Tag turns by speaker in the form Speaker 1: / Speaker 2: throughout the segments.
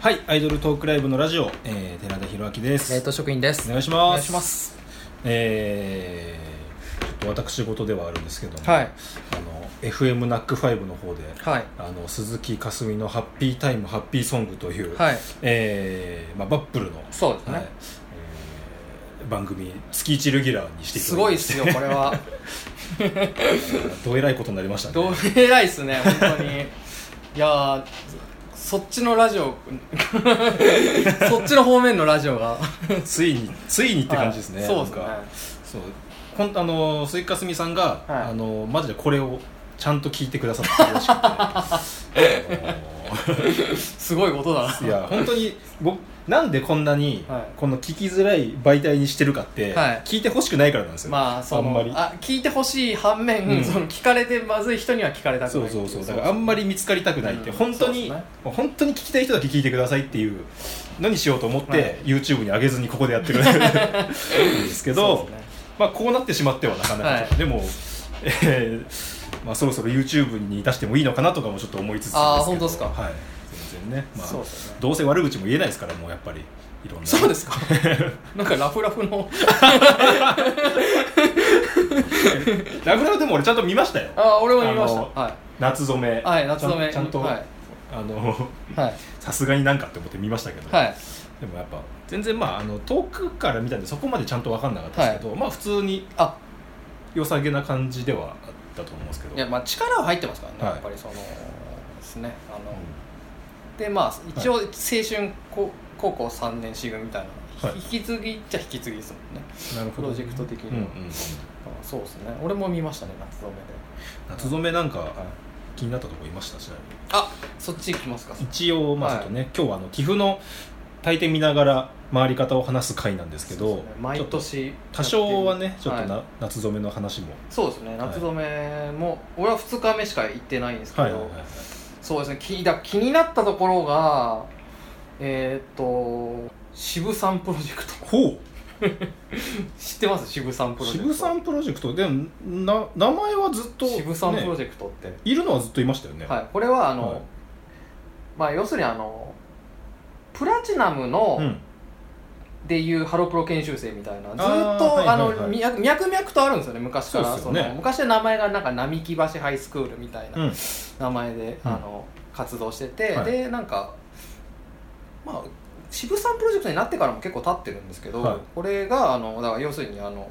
Speaker 1: はい、アイドルトークライブのラジオ、えー、寺田博明です。
Speaker 2: 冷凍職員です
Speaker 1: お願いし
Speaker 2: お
Speaker 1: ま
Speaker 2: 願い
Speaker 1: す。
Speaker 2: します
Speaker 1: えー、ちょっと私事ではあるんですけども、
Speaker 2: はい
Speaker 1: あの FM ナック5の方で、
Speaker 2: はい
Speaker 1: あの鈴木かすみのハッピータイムハッピーソングという、
Speaker 2: はい
Speaker 1: えーまあバップルの、はい
Speaker 2: そうですね、
Speaker 1: えー番組月一レギュラーにしてい
Speaker 2: す
Speaker 1: た
Speaker 2: ご
Speaker 1: だ
Speaker 2: い
Speaker 1: き
Speaker 2: っ
Speaker 1: まして
Speaker 2: すよこれは
Speaker 1: どうえらいことになりましたね。
Speaker 2: どう偉いっすね本当にいやーそっちのラジオ そっちの方面のラジオが
Speaker 1: ついについにって感じですね。
Speaker 2: はいそうですね
Speaker 1: なんかそう本当あのスイカスミさんが、
Speaker 2: はい
Speaker 1: あのマジでこれをちゃんと聞いてくださってるらしくてあ
Speaker 2: すごいことだ
Speaker 1: のいや本当に僕なんでこんなに、
Speaker 2: はい
Speaker 1: この聞きづらい媒体にしてるかって、
Speaker 2: はい
Speaker 1: 聞いてほしくないからなんです
Speaker 2: な
Speaker 1: よ、
Speaker 2: まあその
Speaker 1: あんまり
Speaker 2: 聞いてほしい反面、
Speaker 1: うん
Speaker 2: その聞かれてまずい人には聞かれたく
Speaker 1: そ
Speaker 2: な
Speaker 1: う
Speaker 2: いってい
Speaker 1: そうそうだからあんまり見つかりたくないって、
Speaker 2: うん
Speaker 1: 本当
Speaker 2: そう
Speaker 1: に、
Speaker 2: ですね
Speaker 1: もう本当に聞きたい人だけ聞いてくださいっていうのにしようと思って、
Speaker 2: はい
Speaker 1: YouTube に上げずにここでやってくれてるんですけど
Speaker 2: そうですね
Speaker 1: まあ、こうなってしまってはなかなか、
Speaker 2: はい
Speaker 1: でも、 えーまあ、そろそろ YouTube に出してもいいのかなとかもちょっと思いつつ
Speaker 2: あ
Speaker 1: ですけ
Speaker 2: ー
Speaker 1: ど
Speaker 2: 本当ですか
Speaker 1: はい、全然ね,、まあ、
Speaker 2: そうですね
Speaker 1: どうせ悪口も言えないですからもうやっぱりいろんな
Speaker 2: そう ですかなんかラフラフの
Speaker 1: ラグラグでも俺ちゃんと見ましたよ
Speaker 2: あ俺も言いまし
Speaker 1: あ
Speaker 2: た
Speaker 1: の
Speaker 2: は
Speaker 1: 夏染め
Speaker 2: い、はい、夏止め
Speaker 1: ちゃんちゃんと、
Speaker 2: はい
Speaker 1: あの
Speaker 2: はい、
Speaker 1: さすがになんかって思って見ましたけど、
Speaker 2: はい、
Speaker 1: でもやっぱ全然まああの遠くから見たんでそこまでちゃんと分かんなかったですけど、まあ普通に
Speaker 2: あ
Speaker 1: 良さげな感じではあったと思うんですけど
Speaker 2: いやまあ力は入ってますからね、
Speaker 1: はい
Speaker 2: やっぱりそのですねあの、
Speaker 1: う
Speaker 2: でまあ一応青春高高校3年 C 組みたいな、
Speaker 1: はい
Speaker 2: 引き継ぎっちゃ引き継ぎですもんね、
Speaker 1: んなるほど
Speaker 2: プロジェクト的に
Speaker 1: うんうん
Speaker 2: は
Speaker 1: うん
Speaker 2: あそうですね俺も見ましたね夏染めで、
Speaker 1: 夏染めなんか
Speaker 2: はい、
Speaker 1: 気になったとこいましたちなみに
Speaker 2: あそっち行きますか
Speaker 1: 一応まあ
Speaker 2: は
Speaker 1: ち
Speaker 2: い
Speaker 1: ょっとね、今日はあの寄付の大抵見ながら回り方を話す回なんですけ
Speaker 2: そ
Speaker 1: ど
Speaker 2: うですね毎
Speaker 1: ちょっと
Speaker 2: 年やってる
Speaker 1: 多少はねちょっとな、
Speaker 2: はい
Speaker 1: 夏染めの話も
Speaker 2: そうですね夏染めも、俺は2日目しか行ってないんですけど、
Speaker 1: はいはいはいはい
Speaker 2: そうですね気だ気になったところがえー、っと渋さんプロジェクト
Speaker 1: ほう
Speaker 2: 知ってます渋さんプロジェクト
Speaker 1: 渋さんプロジェクトでもな名前はずっと、
Speaker 2: 渋さんプロ
Speaker 1: ね
Speaker 2: ジェクトって、
Speaker 1: いるのはずっといましたよね
Speaker 2: はい、これはあ
Speaker 1: あ
Speaker 2: の、まあ要するにあのプラチナムの、
Speaker 1: うん
Speaker 2: でいうハロプロ研修生みたいなずっと
Speaker 1: あーはい
Speaker 2: あの、
Speaker 1: はいはい
Speaker 2: みや脈々とあるんですよね昔から
Speaker 1: そうですよね
Speaker 2: の昔は名前がなんか並木橋ハイスクールみたいな
Speaker 1: うん
Speaker 2: 名前で、
Speaker 1: うん
Speaker 2: あの活動してて、
Speaker 1: はい
Speaker 2: でなんかまあ渋さんプロジェクトになってからも結構経ってるんですけど、
Speaker 1: はい
Speaker 2: これがあのだから要するにあの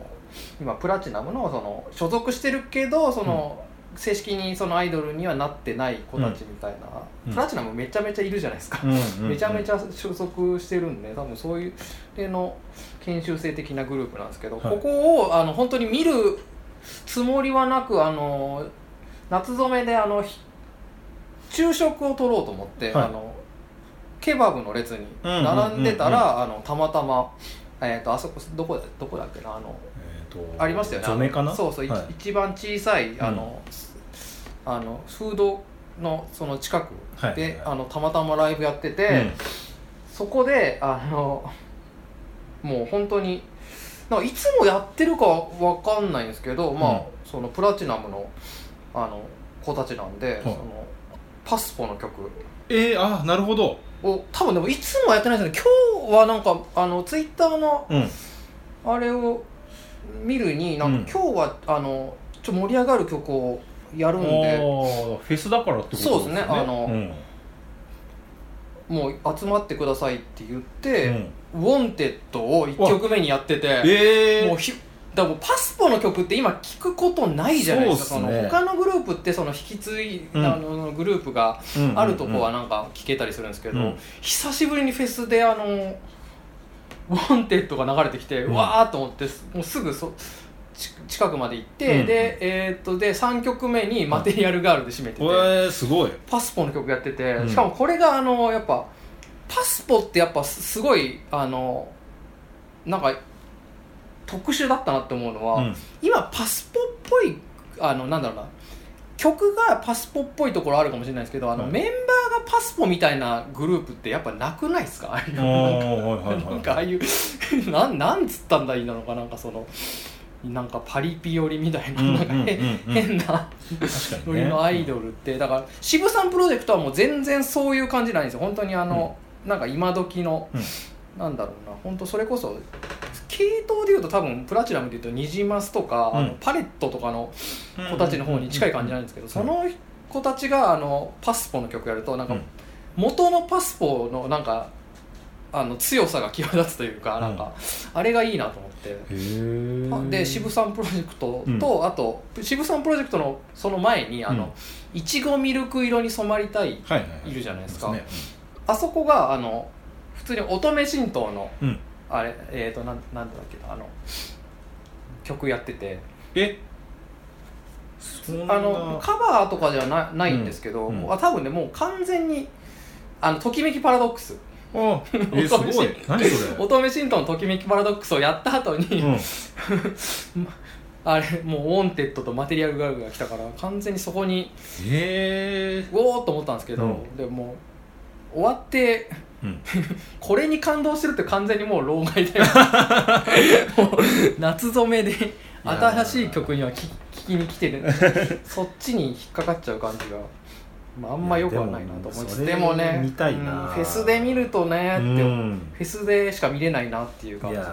Speaker 2: 今プラチナムのその所属してるけどその、正式にそのアイドルにはなってない子たちみたいな、
Speaker 1: うん
Speaker 2: プラチナムめちゃめちゃいるじゃないですか、めちゃめち
Speaker 1: ゃ
Speaker 2: ゃ所属してるんで多分そういう例の研修生的なグループなんですけど、
Speaker 1: はい
Speaker 2: ここをあの本当に見るつもりはなくあの夏染めであのひ昼食を取ろうと思って、
Speaker 1: はい
Speaker 2: あのケバブの列に
Speaker 1: うんうんうんうん
Speaker 2: 並んでたらあのたまたま、えー、とあそこどこだどこだっけなあのありましたよねあの
Speaker 1: ゾメかな
Speaker 2: そうそう、い
Speaker 1: はい
Speaker 2: 一番小さいあの、あのフードのその近く
Speaker 1: はい
Speaker 2: で、
Speaker 1: はいはい
Speaker 2: あのたまたまライブやってて、
Speaker 1: うん
Speaker 2: そこであのもう本当になんかいつもやってるかわかんないんですけど、まあ
Speaker 1: うん
Speaker 2: そのプラチナムのあの子たちなんで、
Speaker 1: い
Speaker 2: そのパスポの曲
Speaker 1: えー、あーなるほど
Speaker 2: を多分でもいつもはやってないですけど今日はなんかあのツイッターの
Speaker 1: うん
Speaker 2: あれを見るになんか今日は、あのちょっと盛り上がる曲をやるんで
Speaker 1: おーフェスだからってことですよね
Speaker 2: そうですねあのもう集まってくださいって言って、ウォンテッドを1曲目にやってて
Speaker 1: ええ
Speaker 2: もうひだからもうパスポの曲って今聞くことないじゃないですか
Speaker 1: そうっすね
Speaker 2: その他のグループってその引き継い、
Speaker 1: うん
Speaker 2: あのグループがあるとこはなんか聞けたりするんですけど、
Speaker 1: うん
Speaker 2: 久しぶりにフェスであの「ウォンテッドが流れてきて、
Speaker 1: うん
Speaker 2: わーっと思ってもうすぐそち近くまで行って、
Speaker 1: うん
Speaker 2: で,、えーっとで3曲目に「マテリアルガール」で締めてて、
Speaker 1: えー、すごい
Speaker 2: パスポの曲やってて、
Speaker 1: うん
Speaker 2: しかもこれがあのやっぱパスポってやっぱすすごいあのなんか特殊だったなって思うの
Speaker 1: う
Speaker 2: は、
Speaker 1: ん
Speaker 2: 今パスポっぽいあのなんだろうな曲がパスポっぽいところあるかもしれないですけどあの、
Speaker 1: はい
Speaker 2: メンバーがパスポみたいなグループってやっぱなくないですかああいう
Speaker 1: あーはいはいはいはい
Speaker 2: なんかああいう なんなんつったんだいいなのかなんかそのなんかパリピ寄りみたいな,、
Speaker 1: うん
Speaker 2: なんかへ
Speaker 1: うんうんうん
Speaker 2: 変な
Speaker 1: 確か に
Speaker 2: ノ
Speaker 1: ね
Speaker 2: リのアイドルってだから渋さんプロジェクトはもう全然そういう感じなんですよ本当にあの、なんか今時の、
Speaker 1: うん
Speaker 2: なんだろうな本当それこそ系統でいうと多分プラチナムでいうとニジマスとか、
Speaker 1: うん
Speaker 2: あのパレットとかの
Speaker 1: うん
Speaker 2: 子たちの方に近い感じなんですけど、その子たちがあのパスポの曲やるとなんか
Speaker 1: うん
Speaker 2: 元のパスポのなんかあの強さが際立つというかなんか、あれがいいなと思って。
Speaker 1: へー
Speaker 2: で渋さんプロジェクト
Speaker 1: うん
Speaker 2: と、あと渋さんプロジェクトのその前にあの、いちごミルク色に染まりたい
Speaker 1: はいはいはい
Speaker 2: いるじゃないですか
Speaker 1: いま
Speaker 2: あそこがあの普通に乙女神道の
Speaker 1: ねうん
Speaker 2: あれえっ、となんなんだっけあの曲やってて
Speaker 1: えそんな
Speaker 2: あのカバーとかじゃなないんですけど、
Speaker 1: うんうん
Speaker 2: もうあ多分ねもう完全にあのときめきパラドックス
Speaker 1: あえー、すごい何そ
Speaker 2: 乙女神道のときめきパラドックスをやった後に、
Speaker 1: れ、うん、
Speaker 2: あれもうウォンテッドとマテリアルガールが来たから完全にそこに
Speaker 1: え
Speaker 2: うおーっと思ったんですけど、
Speaker 1: うん
Speaker 2: でもう終わって
Speaker 1: うん、
Speaker 2: これに感動してるって完全にもう老害 だよもう夏染めで
Speaker 1: やー
Speaker 2: 新しい曲には聴きに来てるそっちに引っかかっちゃう感じが、まあ、あんまよくはないなと思いつつ
Speaker 1: いや
Speaker 2: で
Speaker 1: で
Speaker 2: も
Speaker 1: も
Speaker 2: ね
Speaker 1: 見たいな
Speaker 2: うんフェスで見るとねって、
Speaker 1: うん
Speaker 2: フェスでしか見れないなっていう
Speaker 1: い
Speaker 2: 感じで
Speaker 1: や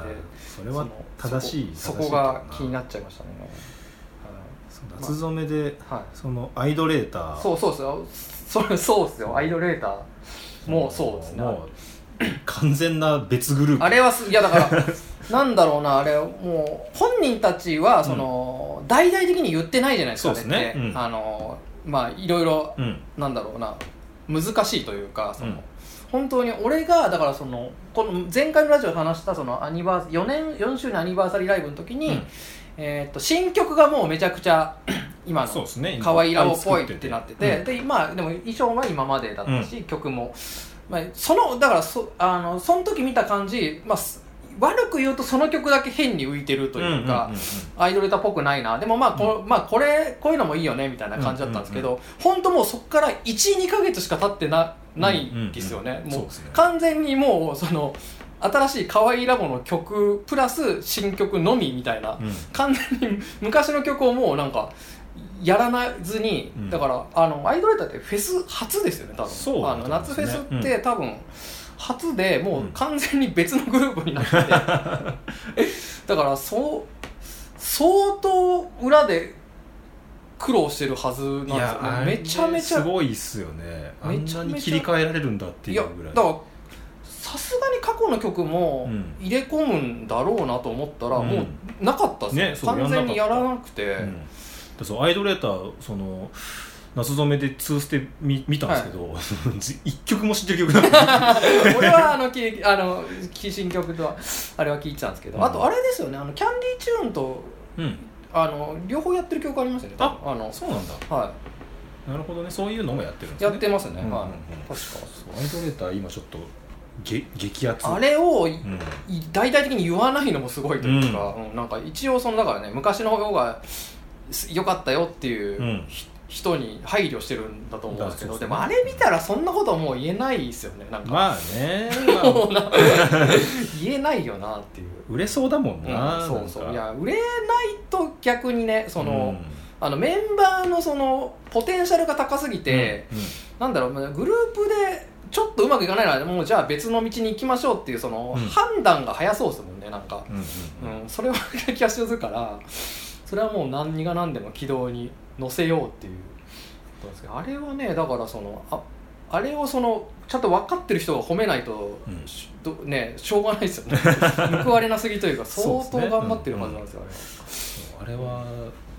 Speaker 1: それは正しい
Speaker 2: そこ
Speaker 1: 正し
Speaker 2: そ
Speaker 1: い
Speaker 2: こが気に
Speaker 1: る
Speaker 2: なっちゃいましたね、
Speaker 1: 夏染めで
Speaker 2: はいはい
Speaker 1: そのアイドレーター
Speaker 2: そうそうですよそれそうですよアイドレーターもうそうですね
Speaker 1: もう完全な別グループ
Speaker 2: あれはすいやだからなんだろうなあれもう本人たちはその、大々的に言ってないじゃないですか
Speaker 1: そうですね
Speaker 2: あれって
Speaker 1: うん
Speaker 2: あのまあいろいろ
Speaker 1: うん
Speaker 2: なんだろうな難しいというかその、
Speaker 1: うん
Speaker 2: 本当に俺がだからそのこの前回のラジオで話したそのアニバー4年4周年アニバーサリーライブの時に、
Speaker 1: うん
Speaker 2: えーっと新曲がもうめちゃくちゃ 今
Speaker 1: そう
Speaker 2: の
Speaker 1: ですね
Speaker 2: 可愛いラ
Speaker 1: ラ
Speaker 2: ボ
Speaker 1: ボ
Speaker 2: っぽいってなってて、でまあでも衣装は今までだったし、曲も、まあ、そのだからそあのその時見た感じ、まあ、す悪く言うとその曲だけ変に浮いてるというか、アイドル歌っぽくないなでもまあこ,、まあ、これこういうのもいいよねみたいな感じだったんですけど、本当もうそこから12か月しか経ってなないですよね、
Speaker 1: うんうんうん
Speaker 2: も
Speaker 1: そううですね
Speaker 2: 完全にもうその新しい可愛いラボの曲プラス新曲のみみたいな。完全に昔の曲をもうなんかやらなずに、
Speaker 1: うん
Speaker 2: だからあのアイドルだってフェス初ですよね多分
Speaker 1: そう
Speaker 2: あ
Speaker 1: だと
Speaker 2: の
Speaker 1: 思います
Speaker 2: 夏フ
Speaker 1: ね
Speaker 2: ェスって多分初でもう完全に別のグループに なってて、だからそう相当裏で苦労してるはずなんで
Speaker 1: い
Speaker 2: すよ
Speaker 1: や
Speaker 2: ねめちゃめちゃ
Speaker 1: すごいっすよねあ
Speaker 2: め
Speaker 1: ん
Speaker 2: ちゃ
Speaker 1: な
Speaker 2: めちゃ
Speaker 1: に切り替えられるんだっていうぐらい
Speaker 2: だからさすがに過去の曲も
Speaker 1: うん
Speaker 2: 入れ込むんだろうなと思ったら、
Speaker 1: うん
Speaker 2: もうなかったですね
Speaker 1: ねそう
Speaker 2: 完全にやらなくて、
Speaker 1: うんでそうアイドレーターその夏染めで2ステ見見たんですけど、 一曲も知ってる曲な かっ
Speaker 2: 俺はあのきあのき新曲とはあれは聞いてたんですけど、
Speaker 1: うん
Speaker 2: あとあれですよねあのキャンディーチューンと
Speaker 1: た、うん、
Speaker 2: あの両方やってる曲ありますよね
Speaker 1: あ
Speaker 2: あの
Speaker 1: そうなんだ
Speaker 2: は
Speaker 1: なるほどねそういうのもやってるんで
Speaker 2: い
Speaker 1: すね
Speaker 2: やってますね、
Speaker 1: うんうんうん
Speaker 2: はい確か
Speaker 1: そうアイドレーター今ちょっとげ激アツ
Speaker 2: あれをい
Speaker 1: うん
Speaker 2: 大々的に言わないのもすごいというか、うんなんか一応そのだからね昔の方がす良かったよっていう、
Speaker 1: うん
Speaker 2: ひ人に配慮してるんだと思うんですけど
Speaker 1: だそ
Speaker 2: で
Speaker 1: うそう
Speaker 2: もあれ見たらそんなことはもう言えないですよねなんか、
Speaker 1: まあ ね、ま
Speaker 2: もうな言えないよなっていう
Speaker 1: あ、売れそうだもんな、
Speaker 2: うん、そうそ
Speaker 1: な
Speaker 2: うんい
Speaker 1: か
Speaker 2: や売れないと逆にねその,、
Speaker 1: うん
Speaker 2: あのメンバーのそのポテンシャルが高すぎて、
Speaker 1: うん
Speaker 2: なんだろうまあグループでちょっとうまくいかないならもうじゃあ別の道に行きましょうっていうその、
Speaker 1: うん
Speaker 2: 判断が早そうですもんねなんか、
Speaker 1: うん
Speaker 2: う
Speaker 1: うん
Speaker 2: んそれは気がするからそれはもう何が何でも軌道に乗せようっていうことなんですけどあれはねだからそのああれをそのちゃんと分かってる人が褒めないと、
Speaker 1: うん
Speaker 2: しどねしょうがないです よね報われなすぎというか
Speaker 1: そう
Speaker 2: 相
Speaker 1: です
Speaker 2: 当
Speaker 1: ね
Speaker 2: 頑張ってるはずなんですよ、あれは
Speaker 1: そうあ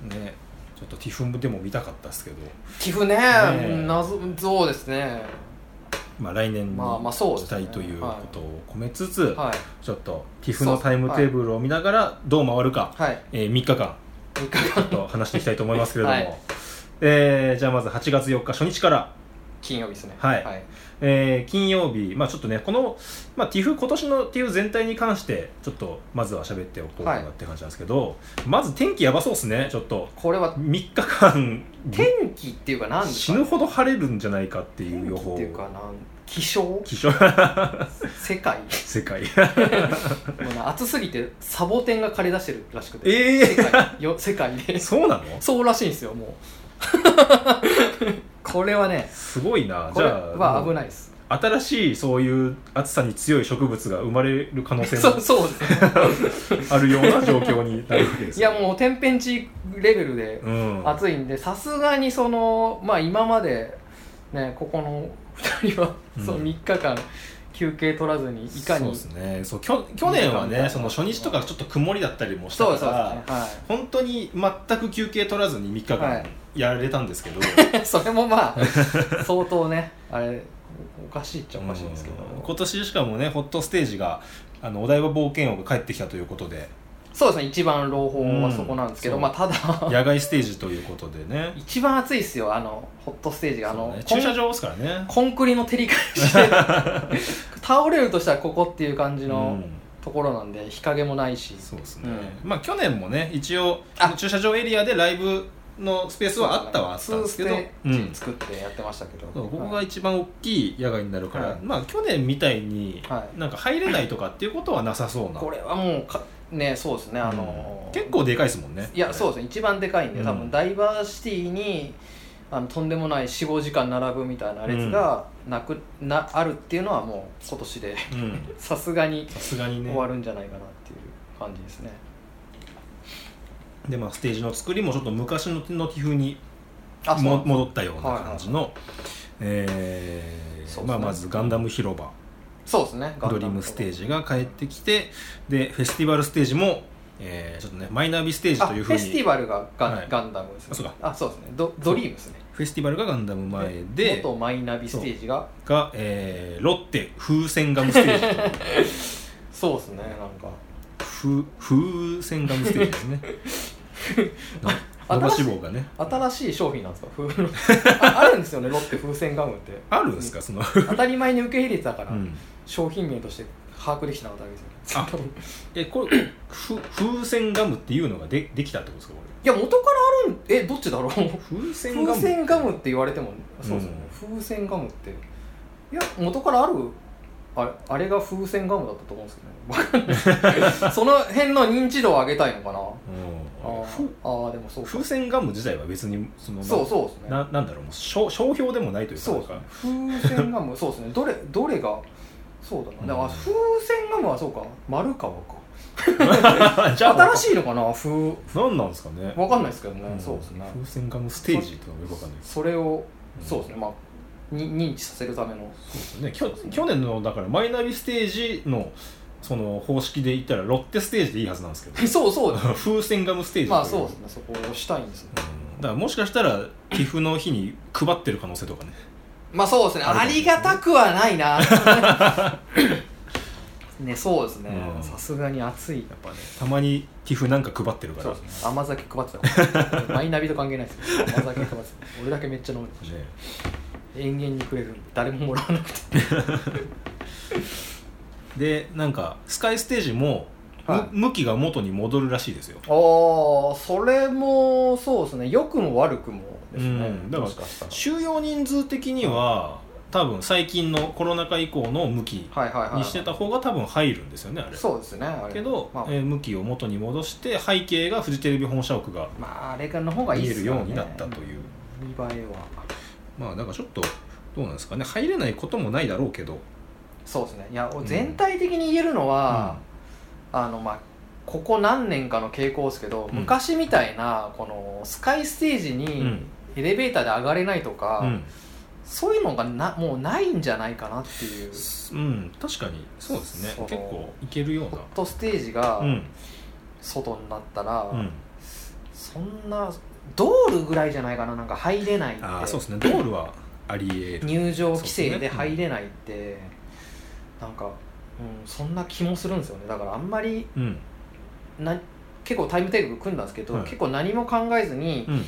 Speaker 1: れはねちょっとティフンでも見たかったですけど
Speaker 2: 寄付ね
Speaker 1: ね
Speaker 2: うん謎そうですね
Speaker 1: まあ来年に
Speaker 2: まあまあそうで
Speaker 1: 期
Speaker 2: すね
Speaker 1: 待ということを込めつつ、
Speaker 2: はい
Speaker 1: ちょっとティフのタイムテーブルを見ながらどう回るか、
Speaker 2: はい
Speaker 1: えー、3日間
Speaker 2: 3日間
Speaker 1: ちょっと話していきたいと思いますけれども、
Speaker 2: はい
Speaker 1: えーじゃあまず8月4日初日から、
Speaker 2: 金曜日ですね
Speaker 1: はいえー金曜日、まあ、ちょっとねこの、まあ、ティフ今年のティフ全体に関してちょっとまずは喋っておこうかなって感じなんですけど、まず天気やばそうですねちょっと
Speaker 2: これは
Speaker 1: 3日間
Speaker 2: 天気っていうか何です
Speaker 1: 死
Speaker 2: か
Speaker 1: ぬほど晴れるんじゃないかっていう予
Speaker 2: 天気っ
Speaker 1: 報
Speaker 2: ていうかなん気象
Speaker 1: 気象
Speaker 2: 世界
Speaker 1: 世 界
Speaker 2: もうな暑すぎてサボテンが枯れ出してるらしくて
Speaker 1: え
Speaker 2: 世界よ世界で
Speaker 1: えそうなの
Speaker 2: そうらしいんで すよもうこれはね
Speaker 1: すごいな
Speaker 2: こ
Speaker 1: じ
Speaker 2: れ
Speaker 1: ゃあ
Speaker 2: は危
Speaker 1: い
Speaker 2: ないです
Speaker 1: 新しいそういう暑さに強い植物が生まれる可能性
Speaker 2: そう
Speaker 1: も
Speaker 2: そうですね
Speaker 1: あるような状況になるわけです
Speaker 2: いやもう天変地異レベルで
Speaker 1: う、うん、
Speaker 2: 暑いんでさすがにそのまあ今までねここの2人は、
Speaker 1: うん
Speaker 2: その3日間休憩取らずにいか
Speaker 1: そう
Speaker 2: に
Speaker 1: ですねそうきょ去年はい
Speaker 2: か
Speaker 1: ね
Speaker 2: に
Speaker 1: その初日とかちょっと曇りだったりもした
Speaker 2: そう
Speaker 1: か
Speaker 2: で
Speaker 1: ら
Speaker 2: すそうですね
Speaker 1: 本当に全く休憩取らずに3日
Speaker 2: は
Speaker 1: 間
Speaker 2: い
Speaker 1: やられたんですけど、
Speaker 2: はい それもまあ 相当ねあれおかしいっちゃおかしいんですけど
Speaker 1: うん今年しかもねホットステージがあのお台場冒険王が帰ってきたということで
Speaker 2: そうですね一番朗報はそこなんですけど、
Speaker 1: うん
Speaker 2: まあただ
Speaker 1: 野外ステージということでね
Speaker 2: 一番暑いですよあのホットステージがあの、
Speaker 1: そうね
Speaker 2: コン
Speaker 1: 駐車場ですからね
Speaker 2: コンクリの照り返しで 倒れるとしたらここっていう感じ
Speaker 1: う
Speaker 2: の
Speaker 1: ん
Speaker 2: ところなんで日陰もないし
Speaker 1: そうですね、まあ去年もね一応
Speaker 2: あ
Speaker 1: 駐車場エリアでライブのスペースはあったはあったんですけど
Speaker 2: ツーステ
Speaker 1: う
Speaker 2: ージ
Speaker 1: ん
Speaker 2: 作ってやってましたけど、
Speaker 1: そうここ
Speaker 2: は
Speaker 1: が
Speaker 2: い
Speaker 1: 一番大きい野外になるから、
Speaker 2: はい
Speaker 1: まあ去年みたいに
Speaker 2: はい
Speaker 1: なんか入れないとかっていうことはなさそうな
Speaker 2: これはもうかねそうですねあの
Speaker 1: うん結構でかいですもんね
Speaker 2: いやそうですね一番でかいんで、
Speaker 1: うん
Speaker 2: 多分ダイバーシティにあのとんでもない45時間並ぶみたいな列がなく、なあるっていうのはもう今年で
Speaker 1: うん
Speaker 2: さすがに
Speaker 1: さすがにね
Speaker 2: 終わるんじゃないかなっていう感じですね、
Speaker 1: でまあステージの作りもちょっと昔ののティフに
Speaker 2: あそう
Speaker 1: も戻ったような感じの、えー
Speaker 2: そうですね
Speaker 1: まあ、まずガンダム広場
Speaker 2: そうですね
Speaker 1: ドリームステー
Speaker 2: ジ
Speaker 1: ジが帰ってきてでフェスティバルステージも、えーちょっとねマイナビステージ
Speaker 2: あ
Speaker 1: と
Speaker 2: フ
Speaker 1: いうふう
Speaker 2: ェ
Speaker 1: に
Speaker 2: スティバルがガ,、
Speaker 1: はい
Speaker 2: ガンダムですね
Speaker 1: あそうか
Speaker 2: あそうですねドドリームですね
Speaker 1: フェスティバルがガンダム前で
Speaker 2: 元マイナビステージが
Speaker 1: が、えーロッテ風船ガムステージ という
Speaker 2: そうですねなんか
Speaker 1: 風風船ガムステージです ねな伸ばし棒がね
Speaker 2: 新しい商品なんですか 風ああるんですよねロッテ風船ガムって
Speaker 1: あるんですかその、
Speaker 2: 当たり前に受け入れてたから、
Speaker 1: うん
Speaker 2: 商品名として把握できてなかったわけですよ
Speaker 1: あ
Speaker 2: ね多分
Speaker 1: えこれふ風船ガムっていうのがでできたってことですかこ
Speaker 2: いや元からあるんえどっちだろう
Speaker 1: れ風船ガム
Speaker 2: 風船ガムって言われてもそうそう、風船ガムっていや元からあるあれあれが風船ガムだったと思うんですけど ねわかんないその辺の認知度を上げたいのかなあ
Speaker 1: うん
Speaker 2: ー
Speaker 1: ふ
Speaker 2: あーでもそうか
Speaker 1: 風船ガム自体は別にその
Speaker 2: そうそうですね
Speaker 1: ななんだろうもう商商標でもないというか
Speaker 2: そうですね風船ガムそうですねどれどれがそうだな、だか
Speaker 1: う
Speaker 2: ら
Speaker 1: ん
Speaker 2: 風船ガムはそうか丸川か
Speaker 1: なんか じゃあ
Speaker 2: 新しいのかな風
Speaker 1: 何なんですかね
Speaker 2: わかんないですけどね、
Speaker 1: ん
Speaker 2: そうですね
Speaker 1: 風船ガムステージとかもよくわかんないです
Speaker 2: それを、
Speaker 1: ん
Speaker 2: そうですねまあに認知させるための
Speaker 1: そうですよねきょ去年のだからマイナビステージのその方式で言ったらロッテステージでいいはずなんですけ ど
Speaker 2: そうそうです
Speaker 1: 風船ガムステージ
Speaker 2: まあそうで
Speaker 1: です
Speaker 2: ねそこをしたいんですね
Speaker 1: だからもしかしたら寄付の日に配ってる可能性とかね
Speaker 2: まあそうですねありがたくはない なねそうですね
Speaker 1: うん
Speaker 2: さすがに暑いやっぱね
Speaker 1: たまに寄付なんか配ってるか
Speaker 2: そ
Speaker 1: ら
Speaker 2: うですね甘酒配ってたからマイナビと関係ないですけど甘酒配ってた俺だけめっちゃ飲んでまし
Speaker 1: ね
Speaker 2: た延々にくれるんで誰ももらわなくて
Speaker 1: でなんかスカイステージも、
Speaker 2: はい
Speaker 1: む向きが元に戻るらしいですよ
Speaker 2: ああそれもそうですね良くも悪くもですね、
Speaker 1: うんだから
Speaker 2: もしかしたら
Speaker 1: 収容人数的には多分最近のコロナ禍以降の向き
Speaker 2: はいはいはい
Speaker 1: にしてた方が多分入るんですよねあれ
Speaker 2: そうですねあれ
Speaker 1: けど、
Speaker 2: まあ
Speaker 1: えー向きを元に戻して背景がフジテレビ本社屋が
Speaker 2: まああれの方がいい
Speaker 1: 見
Speaker 2: っ
Speaker 1: え
Speaker 2: す
Speaker 1: る
Speaker 2: か
Speaker 1: よ
Speaker 2: ら
Speaker 1: う
Speaker 2: ね
Speaker 1: になったという、
Speaker 2: 見栄えは
Speaker 1: まあだからちょっとどうなんですかね入れないこともないだろうけど、
Speaker 2: そうですねいや
Speaker 1: ん
Speaker 2: 全体的に言えるのは、あのまあここ何年かの傾向ですけど、
Speaker 1: うん
Speaker 2: 昔みたいなこのスカイステージ
Speaker 1: う
Speaker 2: に
Speaker 1: ん
Speaker 2: エレベーターで上がれないとか、
Speaker 1: うん
Speaker 2: そういうのがなもうないんじゃないかなっていうホ
Speaker 1: うん、確かにそうですね
Speaker 2: その
Speaker 1: 結構いけるよ
Speaker 2: ッ
Speaker 1: う
Speaker 2: トステージが
Speaker 1: なうん
Speaker 2: 外になったら、
Speaker 1: うん
Speaker 2: そんなドールぐらいじゃないかななんか入れないって
Speaker 1: ああそうですねドールはありえる
Speaker 2: 入場規制で入れないって、なんか、うん、そんな気もするんですよねだからあんまり
Speaker 1: うん
Speaker 2: な結構タイムテーブル組んだんですけど、
Speaker 1: はい
Speaker 2: 結構何も考えずに、
Speaker 1: うん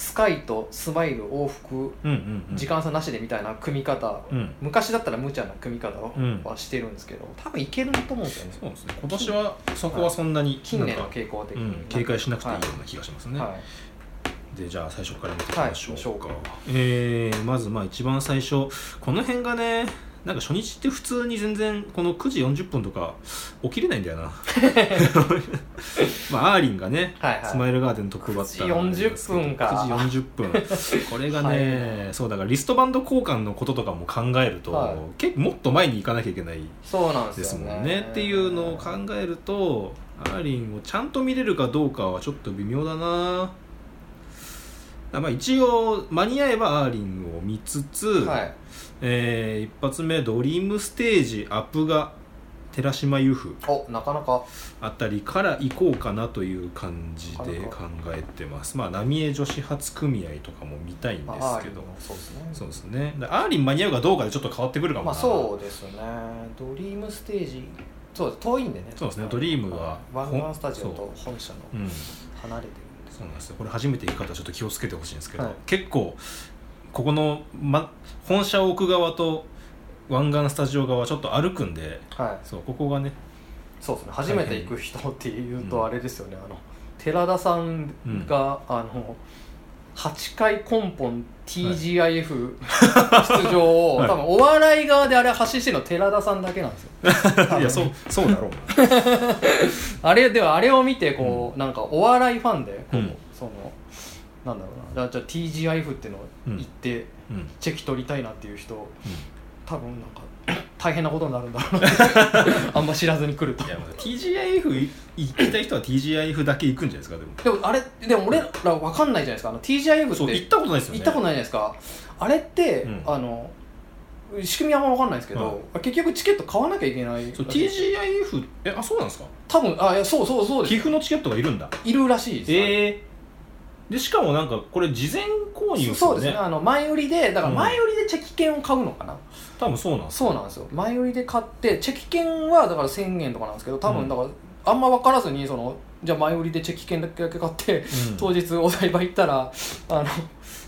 Speaker 2: スカイとスマイル往復
Speaker 1: うんうんうん
Speaker 2: 時間差なしでみたいな組み方、
Speaker 1: うん
Speaker 2: 昔だったら無茶な組み方を、
Speaker 1: うん
Speaker 2: はしてるんですけど多分いけると思うんですよね
Speaker 1: そうですね今年はそこはそんなに
Speaker 2: 近
Speaker 1: なん
Speaker 2: 年
Speaker 1: か
Speaker 2: の傾向的
Speaker 1: う
Speaker 2: に、
Speaker 1: ん、警戒しなくていいような気がしますね、
Speaker 2: はい、はい
Speaker 1: でじゃあ最初から見ていきましょうか、
Speaker 2: はい
Speaker 1: えーまずまあ一番最初この辺がねなんか初日って普通に全然この9時40分とか起きれないんだよ なまあアーリンがね、
Speaker 2: はいはい
Speaker 1: スマイルガーデントップバッターなんですけど
Speaker 2: 9時40分か
Speaker 1: 9時40分これがね、そうだからリストバンド交換のこととかも考えると、
Speaker 2: はい
Speaker 1: 結構もっと前に行かなきゃいけない
Speaker 2: そうなん
Speaker 1: で
Speaker 2: ですすよ
Speaker 1: も
Speaker 2: ね
Speaker 1: んねっていうのを考えるとアーリンをちゃんと見れるかどうかはちょっと微妙だなあまあ一応間に合えばアーリンを見つつ、
Speaker 2: はい
Speaker 1: えー一発目ドリームステージアップが寺島由布
Speaker 2: おなかなか
Speaker 1: あたりから行こうかなという感じで考えてますまあ浪江女子発組合とかも見たいんで
Speaker 2: まあ
Speaker 1: す
Speaker 2: アー
Speaker 1: け
Speaker 2: リン
Speaker 1: ど
Speaker 2: もそうですね
Speaker 1: そうですねだからアーリン間に合うかどうかでちょっと変わってくるかもな、
Speaker 2: まあそうですねドリームステージそうです遠いんでね
Speaker 1: そうですねドリームは
Speaker 2: ワンワンスタジオ
Speaker 1: ほ
Speaker 2: と本社の
Speaker 1: うん
Speaker 2: 離れてるんです
Speaker 1: そうなんですよこれ初めて行く方はちょっと気をつけてほしいんですけど、
Speaker 2: はい
Speaker 1: 結構ここの、ま、本社奥側と湾岸スタジオ側ちょっと歩くんで
Speaker 2: はい
Speaker 1: そうここがね
Speaker 2: そうですね初めて行く人っていうとあれですよね、あの寺田さんが、あの8回コンポン TGIF 出場を、
Speaker 1: はい
Speaker 2: 多分お笑い側であれ発信してるの寺田さんだけなんですよ
Speaker 1: いや そうそうだろう
Speaker 2: あれではあれを見てこう、なんかお笑いファンでこう、
Speaker 1: うん
Speaker 2: そのなんだろうなだからじゃあ TGIF っていうのを行って、
Speaker 1: うん、うん
Speaker 2: チェキ取りたいなっていう人多分なんか大変なことになるん だろうなあんま知らずに来ると
Speaker 1: いやまあ TGIF 行きたい人は TGIF だけ行くんじゃないですかでも
Speaker 2: でもあれでも俺ら分かんないじゃないですかあの TGIF
Speaker 1: そう
Speaker 2: っ
Speaker 1: 行ってたことないですよね
Speaker 2: 行ったこ
Speaker 1: と
Speaker 2: とないじゃないですかあれって、
Speaker 1: うん
Speaker 2: あの仕組みあんま分かんないですけど、結局チケット買わなきゃいけない
Speaker 1: そう
Speaker 2: らしい
Speaker 1: TGIF えあそうなんですか
Speaker 2: 多分あいやそうそうそうで
Speaker 1: 寄
Speaker 2: す
Speaker 1: 付のチケットがいるんだ
Speaker 2: いるらしいですよ
Speaker 1: えー、でしかもなんかこれ事前購入です
Speaker 2: そう
Speaker 1: よ
Speaker 2: です
Speaker 1: ね
Speaker 2: ねあの前売りでだから
Speaker 1: うん
Speaker 2: 前売りでチェキ券を買うのかな、
Speaker 1: 多分そうなんです
Speaker 2: そうなんですよ前売りで買ってチェキ券はだから1000円とかなんですけど多分だからあんま分からずにそのじゃあ前売りでチェキ券だけ買って
Speaker 1: うん
Speaker 2: 当日お台場行ったらあのい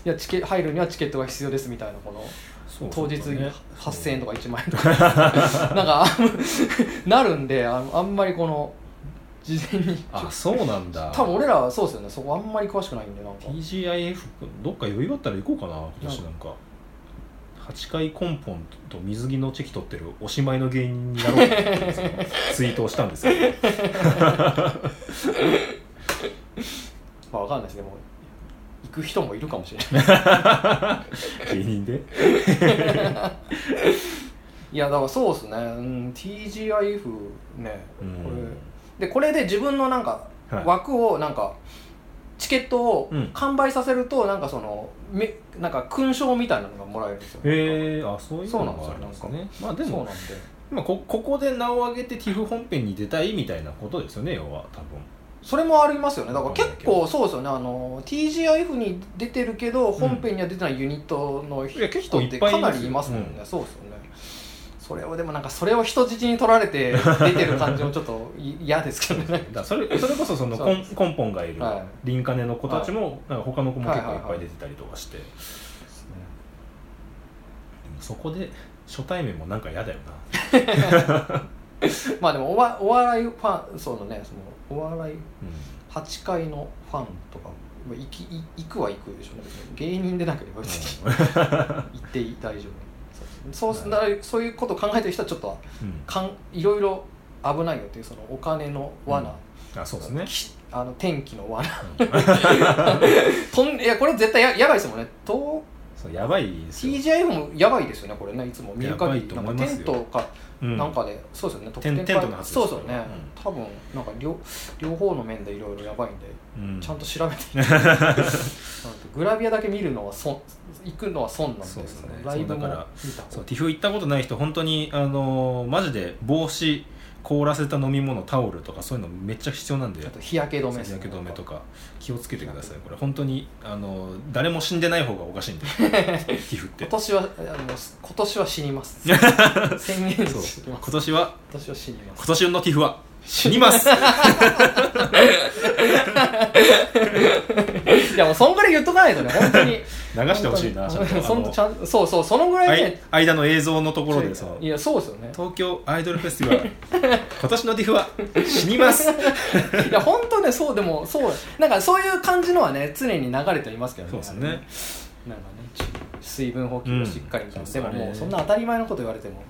Speaker 2: やチケ入るにはチケットが必要ですみたいなこの
Speaker 1: そう
Speaker 2: 当日
Speaker 1: そうだね
Speaker 2: 8000円とか1万円とか なんかあん なるんであのあんまりこの事前に
Speaker 1: あそうなんだ
Speaker 2: 多分俺らはそうですよねそこあんまり詳しくないんでなんか
Speaker 1: TGIF どっか余裕あったら行こうかな今年なんか8回コンポンと水着のチェキ取ってるおしまいの芸人になろうってその ツイートをしたんですけど
Speaker 2: まあわかんないですねもう行く人もいるかもしれない
Speaker 1: 芸人で
Speaker 2: いやだからそうですね、うん、TGIF ね
Speaker 1: うん
Speaker 2: これでこれで自分のなんか
Speaker 1: はい
Speaker 2: 枠をなんかチケットを
Speaker 1: うん
Speaker 2: 完売させるとなんかそのめなんか勲章みたいなのがもらえるんですよ、
Speaker 1: へえー、あそういうのがあるんです
Speaker 2: そうなん
Speaker 1: ねまあで
Speaker 2: そう
Speaker 1: も
Speaker 2: なんで
Speaker 1: まあ、こここで名を上げて TIFF 本編に出たいみたいなことですよね要は多分
Speaker 2: それもありますよねだから結構そうですよねあの TGIF に出てるけど本編には出てないユニットの
Speaker 1: いや結構い
Speaker 2: 人っ
Speaker 1: っぱ
Speaker 2: て
Speaker 1: いいます
Speaker 2: かなりいますもんね、そうですよねそれをでもなんかそれを人質に取られて出てる感じもちょっとい嫌ですけど ね
Speaker 1: だからそれそれこそその
Speaker 2: そ
Speaker 1: コ
Speaker 2: う
Speaker 1: ンコンポンがいる
Speaker 2: は
Speaker 1: リンカネの子たちも、なんか他の子も結構
Speaker 2: はいい
Speaker 1: っ
Speaker 2: はい
Speaker 1: ぱ
Speaker 2: はい
Speaker 1: い出てたりとかして、でもそこで初対面もなんか嫌だよな
Speaker 2: まあでもおわお笑いファンそうだねそのお笑い8階 のファンとかまあ行きい行くは行くでしょうね芸人でなければ別に行ってい大丈夫そうそうなそういうこと考えてる人はちょっと
Speaker 1: うん、うん
Speaker 2: かんいろいろ危ないよっていうそのお金の罠、
Speaker 1: あそうですね
Speaker 2: きあの天気の罠
Speaker 1: うん
Speaker 2: とんいやこれ絶対ややばいですもんねと
Speaker 1: そうやばいですよ、
Speaker 2: CGIF もやばいですよねこれねいつも見る限り
Speaker 1: や
Speaker 2: な
Speaker 1: ばいと思
Speaker 2: んか
Speaker 1: いま
Speaker 2: テ
Speaker 1: す
Speaker 2: ン
Speaker 1: よ
Speaker 2: トか
Speaker 1: うん
Speaker 2: なんかで、そうですよね
Speaker 1: テンテントのはずです
Speaker 2: そうですよね、
Speaker 1: う
Speaker 2: 多分なんか両両方の面でいろいろやばいんで
Speaker 1: うん
Speaker 2: ちゃんと調べて みてグラビアだけ見るのは損行くのは損なんです
Speaker 1: そう
Speaker 2: よ
Speaker 1: ですね
Speaker 2: ライブ
Speaker 1: そうだか
Speaker 2: も見た
Speaker 1: ら
Speaker 2: 方
Speaker 1: そう
Speaker 2: が
Speaker 1: TIFF 行ったことない人本当にあのーマジで帽子凍らせた飲み物タオルとかそういうのめっちゃ必要なんで
Speaker 2: あと日焼け止めです
Speaker 1: 日
Speaker 2: ね
Speaker 1: 焼け止めとか気をつけてくださいこれ本当にあの誰も死んでない方がおか しいんで皮膚って
Speaker 2: 今年はあの今年は死にます 宣言
Speaker 1: そう
Speaker 2: してき
Speaker 1: 今
Speaker 2: ます
Speaker 1: 年は
Speaker 2: 今年は死にま
Speaker 1: 今
Speaker 2: す
Speaker 1: 年の TIFF は死に ます
Speaker 2: いやもうそんぐらい言っとかないとね本当に
Speaker 1: 流してほしいなちゃんと
Speaker 2: そ
Speaker 1: あ
Speaker 2: ん
Speaker 1: の
Speaker 2: ちゃんそうそうそのぐら
Speaker 1: あ
Speaker 2: い
Speaker 1: い
Speaker 2: ね
Speaker 1: 間の映像のところでその
Speaker 2: いやそうですよね
Speaker 1: 東京アイドルフェスティバル今年の TIFF は死にます
Speaker 2: いや本当ねそうでもそうなんかそういう感じのはね常に流れていますけどね
Speaker 1: そうですね
Speaker 2: なんかね水分補給をしっかりみたいな、
Speaker 1: うん
Speaker 2: でも
Speaker 1: そうだ
Speaker 2: も
Speaker 1: ね
Speaker 2: うそんな当たり前のこと言われても、ね、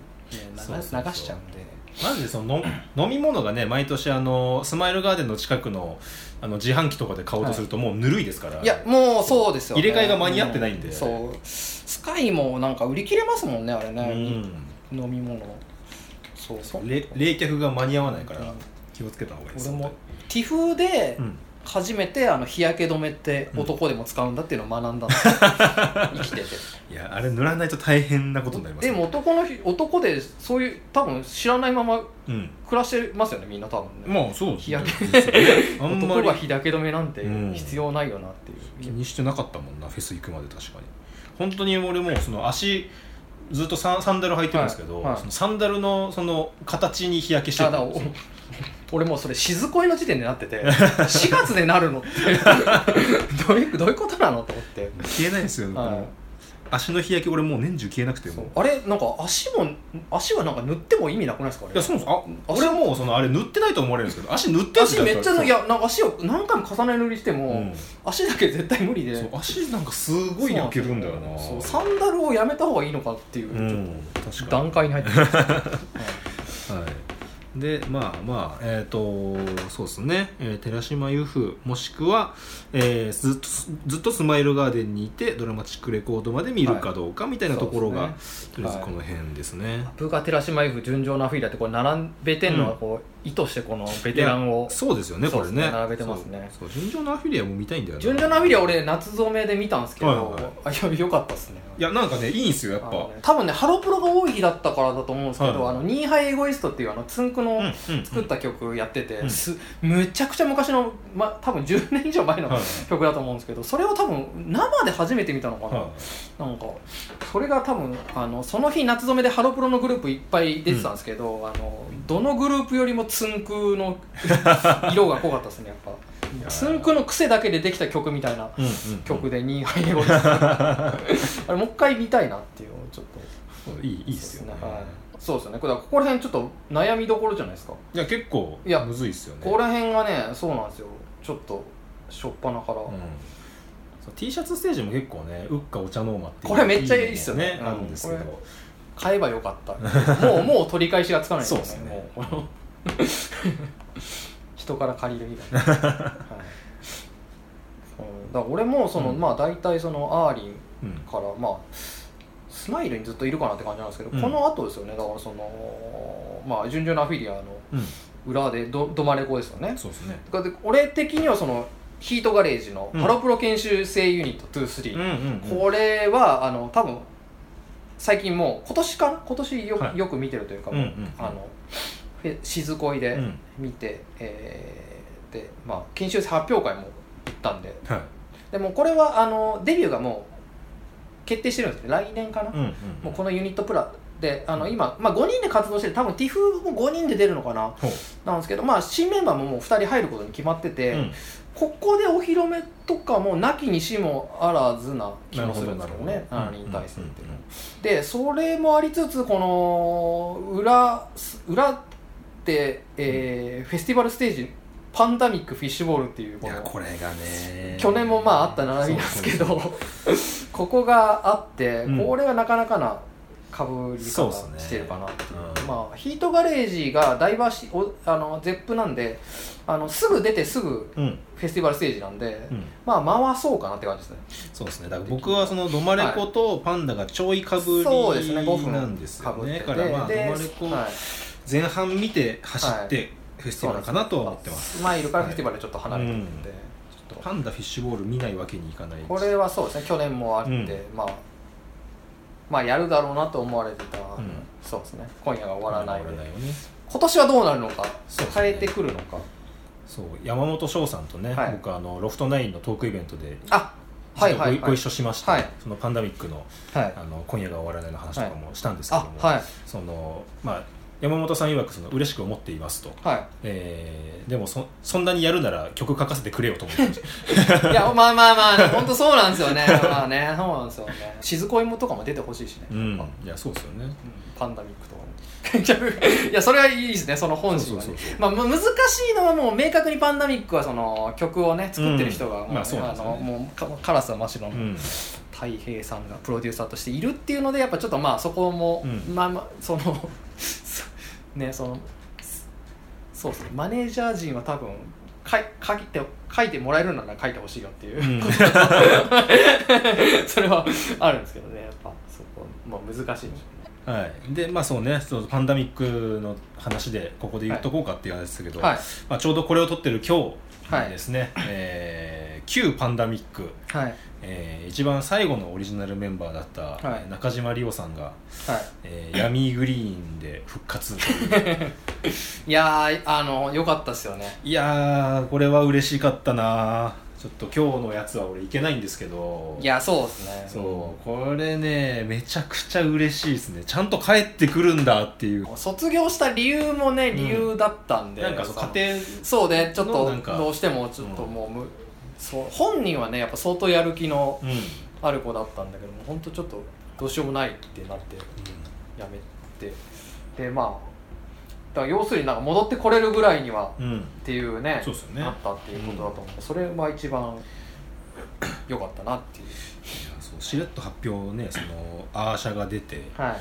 Speaker 2: な
Speaker 1: そうそうそう
Speaker 2: 流しちゃうんで
Speaker 1: マジでその 飲飲み物がね毎年あのスマイルガーデンの近くのあの自販機とかで買おうとするともうぬるいですから、
Speaker 2: いやもうそうですよ、
Speaker 1: 入れ替えが間に合ってないんで
Speaker 2: うそうスカイもなんか売り切れますもんねあれ
Speaker 1: う
Speaker 2: ね、
Speaker 1: ん
Speaker 2: 飲み物そうそう
Speaker 1: れ冷却が間に合わないか
Speaker 2: う
Speaker 1: ら
Speaker 2: ん
Speaker 1: 気をつけた方がいいです
Speaker 2: 俺もティフで
Speaker 1: うん
Speaker 2: 初めてあの日焼け止めって男でも使うんだっていうの を学んだんですよ生きてて
Speaker 1: いやあれ塗らないと大変なことになります
Speaker 2: で
Speaker 1: よ
Speaker 2: も男の日男でそういう多分知らないまま
Speaker 1: うん
Speaker 2: 暮らしてますよねみんな多分ね、
Speaker 1: まあそうですね
Speaker 2: 日
Speaker 1: あんま
Speaker 2: 男が
Speaker 1: り
Speaker 2: 日焼け止めなんて
Speaker 1: うん
Speaker 2: 必要ないよなっていう、
Speaker 1: 気にしてなかったもんなフェス行くまで確かに本当に俺もうその足ずっとサンサンダル履いてるんですけど、
Speaker 2: はいはい
Speaker 1: そのサンダルのその形に日焼けして
Speaker 2: あ
Speaker 1: る
Speaker 2: だからお俺もうそれ静恋の時点でなって て4月でなるのって どういうどういうことなのと思って、
Speaker 1: 消えないんですよ、こ
Speaker 2: はい
Speaker 1: の足の日焼け俺もう年中消えなくて
Speaker 2: そ
Speaker 1: も
Speaker 2: う
Speaker 1: う
Speaker 2: あれなんか足も足はなんか塗っても意味なくないですかあ
Speaker 1: い
Speaker 2: れ
Speaker 1: やそうなんですあ俺はもうそのあれ塗ってないと思われるんですけど足塗ってる
Speaker 2: 足めっちゃ
Speaker 1: そう
Speaker 2: いやなんか足を何回も重ね塗りしても、
Speaker 1: うん
Speaker 2: 足だけ絶対無理で
Speaker 1: そう足なんかすごい焼けるんだよな
Speaker 2: そうサンダルをやめた方がいいのかっていう、
Speaker 1: う
Speaker 2: ちょっ
Speaker 1: ん
Speaker 2: と
Speaker 1: 確かに
Speaker 2: 段階に入ってきます、はい
Speaker 1: はい、でまあまあえっ、とそうですね、えー寺島由布もしくは、えーずっとずっとスマイルガーデンにいてドラマチックレコードまで見るかどうかみたいなところが、
Speaker 2: はい
Speaker 1: とりあえずこの辺ですね、
Speaker 2: ブーカ・テラシマイフ純情なフィーラーってこれ並べてんのはこう、意図してこのベテランを
Speaker 1: そうですよね
Speaker 2: そ
Speaker 1: こ
Speaker 2: うで
Speaker 1: れ
Speaker 2: すね
Speaker 1: ね
Speaker 2: 並べてますね
Speaker 1: そうそう純情のアフィリアも見たいんだよな
Speaker 2: 純情なフィーラー俺夏染めで見たんですけど、
Speaker 1: はいはいはい
Speaker 2: あよよかったですね
Speaker 1: いやなんかねいいんすよやっ
Speaker 2: あの
Speaker 1: ぱ、
Speaker 2: ね多分ねハロプロが多い日だったからだと思うんですけど「
Speaker 1: はい
Speaker 2: あのニーハイエゴイスト」っていうあのつんくの
Speaker 1: うんうん
Speaker 2: 作った曲やってて、
Speaker 1: うん
Speaker 2: すむちゃくちゃ昔の、ま、多分10年以上前の
Speaker 1: はい
Speaker 2: 曲だと思うんですけどそれを多分生で初めて見たのかな、
Speaker 1: は
Speaker 2: なんかそれが多分あのその日夏染めでハロプロのグループいっぱい出てたんですけど、あのどのグループよりもつんく の色が濃かったですねやっ
Speaker 1: いや
Speaker 2: ぱつんくの癖だけでできた曲みたいない
Speaker 1: うんうんうん
Speaker 2: 曲で2杯 をあれもう一回見たいなっていうちょっ と
Speaker 1: そういいいいっすよね
Speaker 2: はいそうですよねこれだからここら辺ちょっと悩みどころじゃないですか、
Speaker 1: いや結構
Speaker 2: いや
Speaker 1: むずいっすよね
Speaker 2: ここら辺がねそうなんですよちょっと初っ端から、
Speaker 1: うん、そう T シャツステージも結構ねウッカお茶ノーマっていう
Speaker 2: これめっちゃいいっすよね
Speaker 1: のがあるんですけ
Speaker 2: うん
Speaker 1: ど
Speaker 2: 買えばよかったもうもう取り返しがつかない
Speaker 1: そうっすね
Speaker 2: もうこの人から借り る以外、はい、そうだから俺もその、
Speaker 1: うん
Speaker 2: まあ大体そのアーリン
Speaker 1: うん
Speaker 2: からまあスマイルにずっといるかなって感じなんですけど、
Speaker 1: うん
Speaker 2: この後ですよねだからそのまあ純情なアフィリアの
Speaker 1: うん
Speaker 2: 裏でどどまれこですよね
Speaker 1: そうですね
Speaker 2: だって俺的にはそのヒートガレージの
Speaker 1: うん
Speaker 2: ハロプロ研修生ユニット23、
Speaker 1: うんうん
Speaker 2: これはあの多分最近もう今年かな今年よ,、
Speaker 1: はい
Speaker 2: よく見てるというか、
Speaker 1: うんうんうん
Speaker 2: あのフェ静恋で
Speaker 1: うん
Speaker 2: 見て、えーでまあ研修生発表会も行ったんで
Speaker 1: はい
Speaker 2: でもこれはあのデビューがもう決定してるんですね来年かな、
Speaker 1: うんうん
Speaker 2: もうこのユニットプラであの今、まあ、5人で活動してる多分 TIFF も5人で出るのかな
Speaker 1: ほう
Speaker 2: なんですけど、まあ、新メンバーももう2人入ることに決まってて、
Speaker 1: うん
Speaker 2: ここでお披露目とかもなきにしもあらずな気
Speaker 1: なる
Speaker 2: もす
Speaker 1: ほ
Speaker 2: る
Speaker 1: ど
Speaker 2: んで
Speaker 1: なる
Speaker 2: す
Speaker 1: ほ
Speaker 2: けど
Speaker 1: ど
Speaker 2: ねアーリン体制っていうのは
Speaker 1: う
Speaker 2: でそれもありつつこの裏裏って、えーフェスティバルステージパンダミックフィッシュボールっていうんこ
Speaker 1: いや
Speaker 2: の
Speaker 1: これがね
Speaker 2: 去年もまああった並びなんですけどここがあって、
Speaker 1: うん
Speaker 2: これはなかなかな被り
Speaker 1: そう
Speaker 2: 方
Speaker 1: っすね
Speaker 2: してるかなっていう
Speaker 1: うん
Speaker 2: まあ、ヒートガレージがダイバーシおあのゼップなんであのすぐ出てすぐ
Speaker 1: うん
Speaker 2: フェスティバルステージなんで、
Speaker 1: うん
Speaker 2: まあ回そうかなって感じですね
Speaker 1: そうですねだから僕はそのドマレコとパンダがちょいかぶり
Speaker 2: そうですね5分
Speaker 1: なんです
Speaker 2: か
Speaker 1: よ
Speaker 2: ぶって
Speaker 1: ね
Speaker 2: て
Speaker 1: だからまあドマ
Speaker 2: で
Speaker 1: レコ
Speaker 2: はい
Speaker 1: 前半見て走ってフェスティバルかなとは思ってます
Speaker 2: スマイルからフェスティバルちょっと離れてるんで、
Speaker 1: は
Speaker 2: ちょっと
Speaker 1: パンダフィッシュボール見ないわけにいかない
Speaker 2: これはそうですね去年もあって、
Speaker 1: う
Speaker 2: まあまあやるだろうなと思われてた、
Speaker 1: ん
Speaker 2: そうですね今夜が終わらない
Speaker 1: 終わら
Speaker 2: で
Speaker 1: ないよね
Speaker 2: 今年はどうなるのか、
Speaker 1: そうですね
Speaker 2: 変えてくるのか
Speaker 1: そう山本翔さんとね、
Speaker 2: はい
Speaker 1: 僕あのロフトナインのトークイベントで
Speaker 2: あはいはい
Speaker 1: ご
Speaker 2: はい
Speaker 1: ご一緒しまして、
Speaker 2: はい
Speaker 1: そのパンダミックの
Speaker 2: はい
Speaker 1: あの今夜が終わらないの話とかもしたんですけど
Speaker 2: あ
Speaker 1: も、
Speaker 2: はい
Speaker 1: そのまあ、山本さん曰くその嬉しく思っていますと、
Speaker 2: は
Speaker 1: えーでもそそんなにやるなら曲書かせてくれよと思ってま した
Speaker 2: い、いやまあまあまあ ね本当そうなんですよねまあねそうなんですよね静子芋とかも出てほしいしね、
Speaker 1: うん
Speaker 2: うん
Speaker 1: いやそうですよね
Speaker 2: パンダミックとかもじゃあいやそれはいいですねその本心はね
Speaker 1: そうそうそうそう
Speaker 2: まあむ難しいのはもう明確にパンダミックはその曲をね作ってる人がもうね、
Speaker 1: うんまあそうなんですよね
Speaker 2: のもうカカラスは真っ白
Speaker 1: う
Speaker 2: の、
Speaker 1: ん、
Speaker 2: 多海兵さんがプロデューサーとしているっていうのでやっぱちょっとまあそこも、
Speaker 1: うん
Speaker 2: まあまあその そねそのそうですねマネージャー陣は多分かい書いて書いてもらえるなら書いてほしいよっていう、
Speaker 1: うん
Speaker 2: それはあるんですけどねやっぱそこ、まあ、難しいんでしょうね
Speaker 1: はい、でまあそうねちょっとパンダミックの話でここで言っとこうかっていう話ですけど、
Speaker 2: はい
Speaker 1: まあ、ちょうどこれを撮ってる今日にですね、えー旧パンダミック、
Speaker 2: はいはい
Speaker 1: えー一番最後のオリジナルメンバーだった、
Speaker 2: はい
Speaker 1: 中島理央さんが、えー闇グリーンで復活という
Speaker 2: いやーあの良かったですよね
Speaker 1: いやーこれは嬉しかったなちょっと今日のやつは俺いけないんですけど
Speaker 2: いやそうですね
Speaker 1: そうこれねめちゃくちゃ嬉しいですねちゃんと帰ってくるんだっていう
Speaker 2: 卒業した理由もね理由だったんで、
Speaker 1: なんかそう
Speaker 2: その
Speaker 1: 家庭
Speaker 2: そうねちょっ
Speaker 1: の
Speaker 2: と
Speaker 1: なんか
Speaker 2: どうしてもちょっともうむ、そう本人はねやっぱ相当やる気の
Speaker 1: うん
Speaker 2: ある子だったんだけども本当ちょっとどうしようもないってなってやめてでまあだから要するになんか戻ってこれるぐらいには
Speaker 1: うん、
Speaker 2: っていうね
Speaker 1: そうっすよね
Speaker 2: なったっていうことだと思う、それは一番良かったなっていう
Speaker 1: そうしれっと発表ねそのアーシャが出て
Speaker 2: はい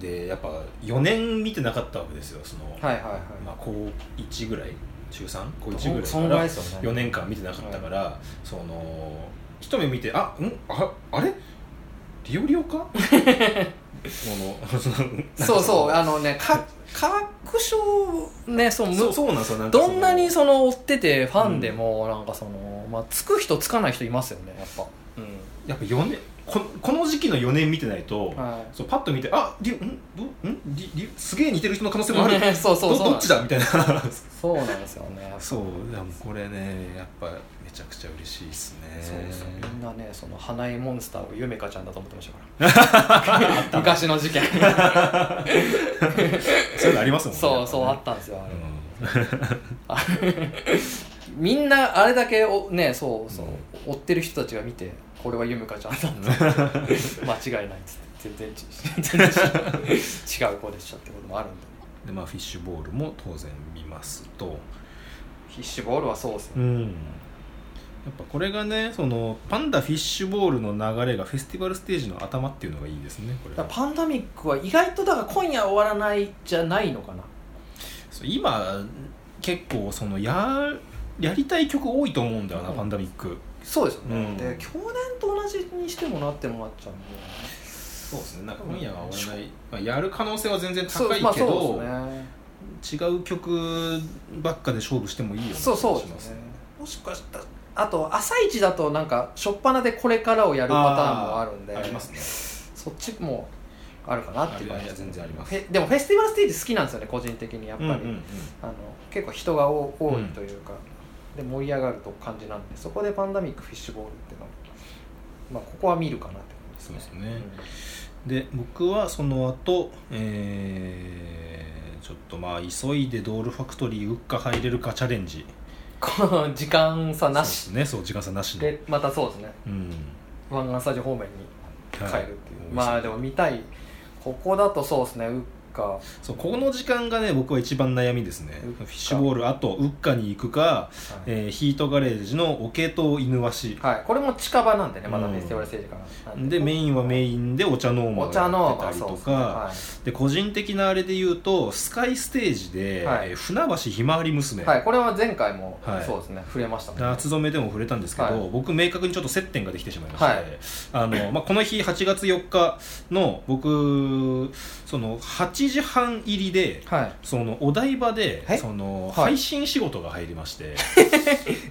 Speaker 1: でやっぱ4年見てなかったわけですよその、
Speaker 2: はいはいはい、
Speaker 1: まあ、高1ぐらい中 3? 高1ぐらい
Speaker 2: そん
Speaker 1: か
Speaker 2: ぐらい
Speaker 1: ら
Speaker 2: ですよ
Speaker 1: 4
Speaker 2: ね
Speaker 1: 年間見てなかったから、その一目見てあんああれリオリオ かこのそのなんか
Speaker 2: そうそうあのねか確証ねそうむ
Speaker 1: そうそうなんですよなんか
Speaker 2: ど
Speaker 1: その
Speaker 2: んなにその追っててファンでもなんかその、まあ、つく人つかない人いますよねやっぱ、う
Speaker 1: やっぱ4年ここの時期の4年見てないと、
Speaker 2: んは
Speaker 1: そうパッと見てあリオんどんリリすげえ似てる人の可能性もある
Speaker 2: い、そうそう
Speaker 1: ど
Speaker 2: そうなん
Speaker 1: どっちだみたいな
Speaker 2: そうなんですよね
Speaker 1: そうでもこれねやっぱめちゃくちゃ嬉しいですね
Speaker 2: そうそうみんなねその花井モンスターをゆめかちゃんだと思ってましたから 昔の事件
Speaker 1: そういうのありますもんね
Speaker 2: そうそう
Speaker 1: や
Speaker 2: あ
Speaker 1: っ
Speaker 2: ったんですよあ
Speaker 1: ぱ
Speaker 2: れ
Speaker 1: ね、
Speaker 2: みんなあれだけおねそうそう、
Speaker 1: う
Speaker 2: 追ってる人たちが見てこれはゆめかちゃんだって 間違いないっつって全然ち全然違う子でしたってこともあるんで
Speaker 1: うんでまあフィッシュボールも当然見ますと
Speaker 2: フィッシュボールはそうですよね
Speaker 1: うんやっぱこれがねそのパンダフィッシュボールの流れがフェスティバルステージの頭っていうのがいいですねこれ
Speaker 2: だからパンダミックは意外とだから今夜終わらないじゃないのかな
Speaker 1: そう今結構そのややりたい曲多いと思うんだよな、
Speaker 2: うん
Speaker 1: パンダミック
Speaker 2: そうですよね、
Speaker 1: うん
Speaker 2: で去年と同じにしてもなってもなっちゃうんで
Speaker 1: そうですねなん
Speaker 2: か今夜は終わら
Speaker 1: ない、まあ、やる可能性は全然
Speaker 2: そう
Speaker 1: 高いけど、
Speaker 2: まあそうですね
Speaker 1: 違う曲ばっかで勝負してもいいような気
Speaker 2: そう
Speaker 1: が
Speaker 2: そう
Speaker 1: し
Speaker 2: で
Speaker 1: ますす
Speaker 2: ねもしかしたらあと朝一だとなんか初っ端でこれからをやるパターンもあるんで
Speaker 1: ありますね
Speaker 2: そっちもあるかなっていう感じ
Speaker 1: あり全然あります
Speaker 2: フェでもフェスティバルステージ好きなんですよね個人的にやっぱり、
Speaker 1: うんうんうん
Speaker 2: あの結構人が多多いというか、で盛り上がると感じなんでそこでパンダミックフィッシュボールっていうのはまあここは見るかなって感じです
Speaker 1: そう
Speaker 2: ね
Speaker 1: ですね、で僕はその後、えーちょっとまあ急いでドールファクトリーウッカ入れるかチャレンジ
Speaker 2: この時間差な
Speaker 1: そ
Speaker 2: し
Speaker 1: うですねそう時間差なしの
Speaker 2: でまたそうですね
Speaker 1: うん
Speaker 2: 湾岸スタジオ方面に
Speaker 1: はい
Speaker 2: 帰るっていう、
Speaker 1: うん
Speaker 2: まあでも見たいここだとそうですねウッカ
Speaker 1: そうここの時間がね僕は一番悩みですね
Speaker 2: ウッ
Speaker 1: フ
Speaker 2: カ
Speaker 1: ィッシュボールあとウッカに行くか、
Speaker 2: はい、
Speaker 1: えーヒートガレージのオケとイヌワシ
Speaker 2: はいこれも近場なんでねまた
Speaker 1: うん
Speaker 2: フェスティバルステージからなん
Speaker 1: でメインはメインでお茶ノーマ
Speaker 2: お
Speaker 1: ル
Speaker 2: 茶
Speaker 1: や
Speaker 2: の
Speaker 1: ってたり
Speaker 2: そう
Speaker 1: と
Speaker 2: ですね
Speaker 1: かで個人的なあれで言うとスカイステージで、
Speaker 2: はい
Speaker 1: えー船橋ひまわり娘、
Speaker 2: はい、はい、これは前回も
Speaker 1: はい
Speaker 2: そうですね、触れましたもんね
Speaker 1: 夏染めでも触れたんですけど、
Speaker 2: はい
Speaker 1: 僕明確にちょっと接点ができてしまいまして、
Speaker 2: はい
Speaker 1: あのまあ、この日8月4日の僕その8時半入りで
Speaker 2: はい
Speaker 1: そのお台場で
Speaker 2: え
Speaker 1: その
Speaker 2: はい
Speaker 1: 配信仕事が入りま して、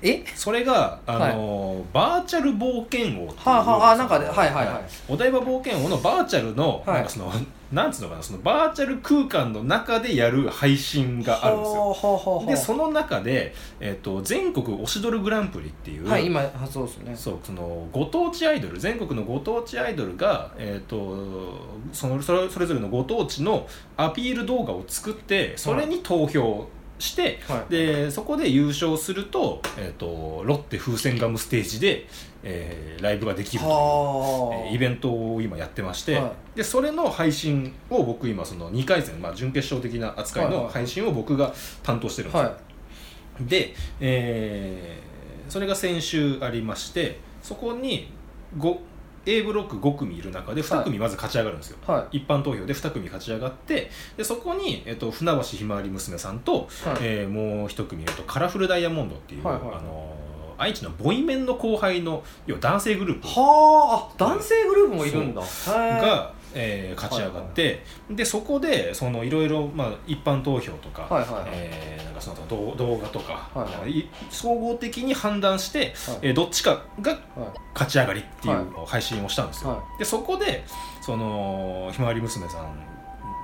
Speaker 2: え
Speaker 1: それがあの、バーチャル冒険王っていう
Speaker 2: はあ、はあ、あなんかで、はいはいはい。
Speaker 1: お台場冒険王のバーチャルの、
Speaker 2: はい
Speaker 1: なんかそのなんつうのかなそのバーチャル空間の中でやる配信があるんですよ
Speaker 2: ほうほうほうほう
Speaker 1: でその中で、えっと全国推しドルグランプリっていう、
Speaker 2: はい、今、あそうですね。
Speaker 1: そうそのご当地アイドル全国のご当地アイドルが、えっとそのそれそれぞれのご当地のアピール動画を作ってそれに投票して、
Speaker 2: はい。
Speaker 1: でそこで優勝すると,、えっとロッテ風船ガムステージで、えーライブができるという
Speaker 2: は
Speaker 1: え
Speaker 2: あ。
Speaker 1: ーイベントを今やってまして、
Speaker 2: は
Speaker 1: でそれの配信を僕今その2回戦、まあ、準決勝的な扱い
Speaker 2: はい
Speaker 1: の
Speaker 2: はい
Speaker 1: 配信を僕が担当してるんですよ、
Speaker 2: は
Speaker 1: で、えーそれが先週ありましてそこに 5, A ブロック5組いる中で2組まず勝ち上がるんですよ、
Speaker 2: は
Speaker 1: 一般投票で2組勝ち上がってでそこに、えっと、船橋ひまわり娘さんと、
Speaker 2: いはい
Speaker 1: えーもう1組、えっと、カラフルダイヤモンドっていう、
Speaker 2: はいはいはい
Speaker 1: あのー愛知のボイメンの後輩の要は男性グループ
Speaker 2: はああ男性グループもいるんだが
Speaker 1: が、えー勝ち上がって、でそこでそのいろいろまあ一般投票とか、
Speaker 2: はいはいはい
Speaker 1: えーなんかその動動画とか、
Speaker 2: はいはい
Speaker 1: 総合的に判断して、
Speaker 2: はい
Speaker 1: えーどっちかが
Speaker 2: は
Speaker 1: 勝ち上がりってい
Speaker 2: は
Speaker 1: う配信をしたんですよ、
Speaker 2: は
Speaker 1: でそこでそのひまわり娘さん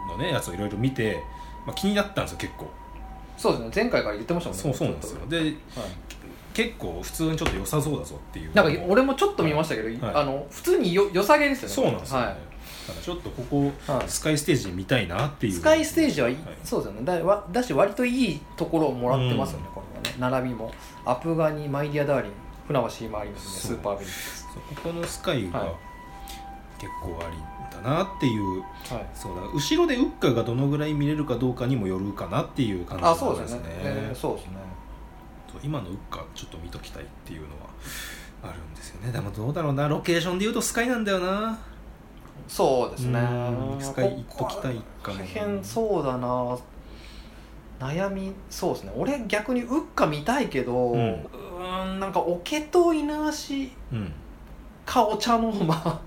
Speaker 1: のねやつをいろいろ見て、まあ、気になったんですよ結構
Speaker 2: そうですね前回から言ってましたもんね
Speaker 1: そうそうなんですよで
Speaker 2: はい
Speaker 1: 結構普通にちょっと良さそうだぞっていう
Speaker 2: なんか俺もちょっと見ましたけど、
Speaker 1: はい
Speaker 2: あの普通によ良さげですよね
Speaker 1: そうなんですよね、
Speaker 2: は
Speaker 1: だからちょっとここ
Speaker 2: いはい
Speaker 1: スカイステージで見たいなっていう
Speaker 2: スカイステージはいい、
Speaker 1: はい
Speaker 2: そうですよねだわだし割といいところをもらってますよね、
Speaker 1: うん
Speaker 2: これはね並びもアプガニマイディアダーリン船橋ひまわりのス
Speaker 1: そう
Speaker 2: ーパーベリーです
Speaker 1: そうここのスカイ
Speaker 2: はい
Speaker 1: は結構ありだなっていう、
Speaker 2: はい
Speaker 1: そうだ後ろでウッカがどのぐらい見れるかどうかにもよるかなっていう感じ
Speaker 2: あ
Speaker 1: な
Speaker 2: そ
Speaker 1: ん
Speaker 2: う
Speaker 1: で
Speaker 2: です
Speaker 1: す
Speaker 2: ね
Speaker 1: ね
Speaker 2: えーそうですね
Speaker 1: そう今のウッカちょっと見ときたいっていうのはあるんですよねでもどうだろうなロケーションで言うとスカイなんだよな
Speaker 2: そうですね
Speaker 1: うんスカイ行っときたいか
Speaker 2: 大
Speaker 1: も
Speaker 2: 変そうだな悩みそうですね俺逆にウッカ見たいけど、う
Speaker 1: うん
Speaker 2: ーんなんかおけとイヌワシ
Speaker 1: うんいや
Speaker 2: かお茶のま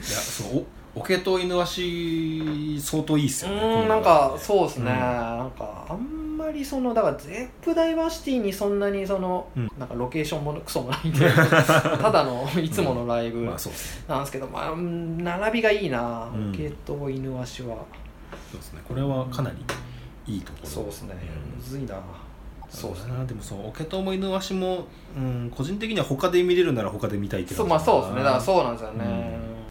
Speaker 1: そうおオケとイヌワシ相当いいっす
Speaker 2: う
Speaker 1: よね
Speaker 2: ーんな
Speaker 1: この中
Speaker 2: んか
Speaker 1: でね
Speaker 2: そうですね、
Speaker 1: うん
Speaker 2: なんかあんまりそのだからゼップダイバーシティにそんなにその、
Speaker 1: うん
Speaker 2: なんかロケーションものクソもない んでただのいつものライブ
Speaker 1: まあそうですね
Speaker 2: なんですけど、まあうん並びがいいな
Speaker 1: うん
Speaker 2: オケとイヌワシは、
Speaker 1: そうですねこれはかなりいいところ
Speaker 2: そうです
Speaker 1: ん
Speaker 2: ね、むずいなそうですね
Speaker 1: なでもそうオケともイヌワシも、うん、個人的には他で見れるなら他で見たいって
Speaker 2: そう
Speaker 1: 感じ
Speaker 2: まあそうですねだから
Speaker 1: う
Speaker 2: そうなんですよね、
Speaker 1: うん